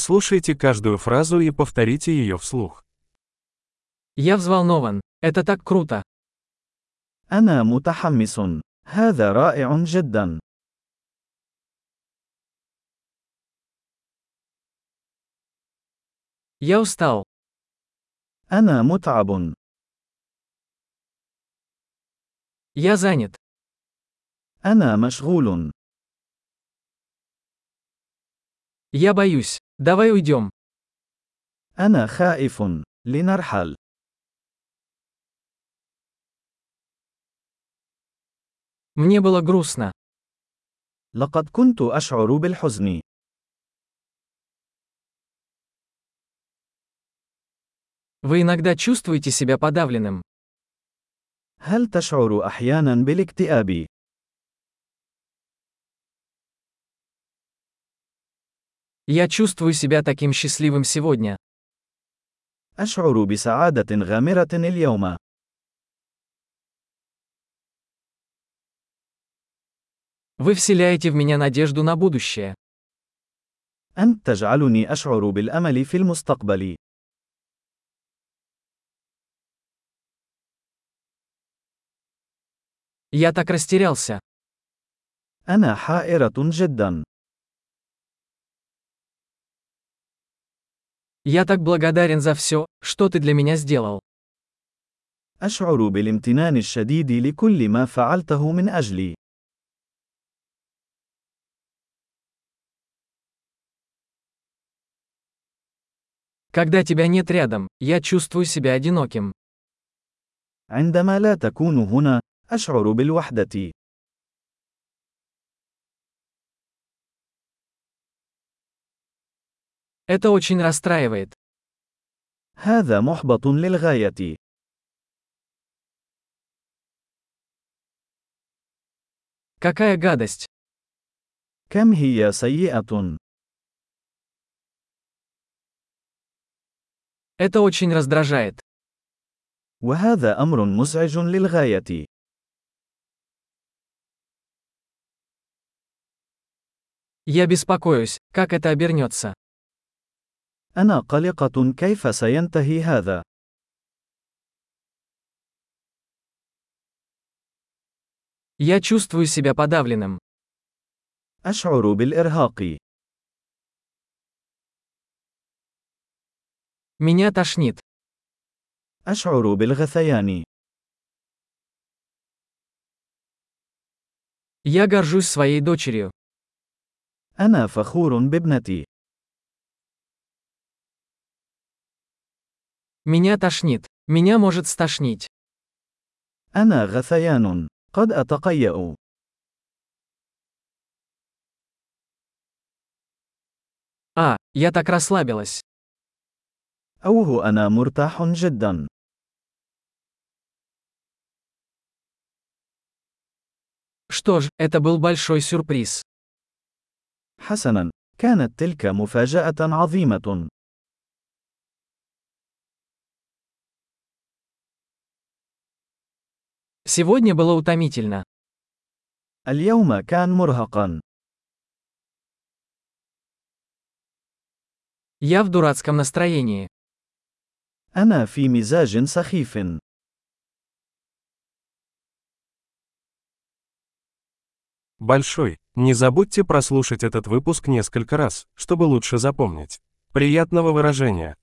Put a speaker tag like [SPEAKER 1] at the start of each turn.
[SPEAKER 1] Прослушайте каждую фразу и повторите ее вслух.
[SPEAKER 2] Я взволнован. Это так круто.
[SPEAKER 3] أنا متحمس. هذا رائع جدا.
[SPEAKER 2] Я устал.
[SPEAKER 3] أنا متعب.
[SPEAKER 2] Я занят.
[SPEAKER 3] أنا مشغول.
[SPEAKER 2] Я боюсь. Давай уйдем.
[SPEAKER 3] أنا خائف. لنرحل.
[SPEAKER 2] Мне было грустно.
[SPEAKER 3] لقد كنت أشعر بالحزن.
[SPEAKER 2] Вы иногда чувствуете себя подавленным.
[SPEAKER 3] هل تشعر أحيانا بالاكتئاب؟
[SPEAKER 2] Я чувствую себя таким счастливым сегодня.
[SPEAKER 3] أشعر بسعادة غامرة اليوم.
[SPEAKER 2] Вы вселяете в меня надежду на будущее.
[SPEAKER 3] أنت تجعلني أشعر بالأمل في المستقبل.
[SPEAKER 2] Я так растерялся.
[SPEAKER 3] أنا حائرة جدا.
[SPEAKER 2] Я так благодарен за все, что ты для меня сделал.
[SPEAKER 3] أشعر بالامتنان الشديد لكل ما فعلته من أجلي.
[SPEAKER 2] Когда тебя нет рядом, я чувствую себя одиноким.
[SPEAKER 3] عندما لا تكون هنا، أشعر بالوحدة.
[SPEAKER 2] Это очень расстраивает.
[SPEAKER 3] هذا محبط للغاية.
[SPEAKER 2] Какая гадость.
[SPEAKER 3] كم هي سيئة.
[SPEAKER 2] Это очень раздражает.
[SPEAKER 3] وهذا أمر مزعج للغاية.
[SPEAKER 2] Я беспокоюсь, как это обернется.
[SPEAKER 3] أنا قلقة كيف سينتهي هذا.
[SPEAKER 2] Я чувствую себя подавленным.
[SPEAKER 3] أشعر بالإرهاق.
[SPEAKER 2] Меня тошнит.
[SPEAKER 3] أشعر بالغثيان.
[SPEAKER 2] Я горжусь своей дочерью.
[SPEAKER 3] أنا فخور بابنتي.
[SPEAKER 2] Меня тошнит. Меня может стошнить.
[SPEAKER 3] أنا غثيان. قد أتقيأ.
[SPEAKER 2] А, я так расслабилась.
[SPEAKER 3] أوه أنا مرتاح جدا.
[SPEAKER 2] Что ж, это был большой сюрприз.
[SPEAKER 3] حسنا. كانت تلك مفاجأة عظيمة.
[SPEAKER 2] Сегодня было утомительно.
[SPEAKER 3] اليوم كان مرهقا.
[SPEAKER 2] Я в дурацком настроении.
[SPEAKER 3] أنا في مزاج سخيف.
[SPEAKER 1] Большой. Не забудьте прослушать этот выпуск несколько раз, чтобы лучше запомнить. Приятного выражения!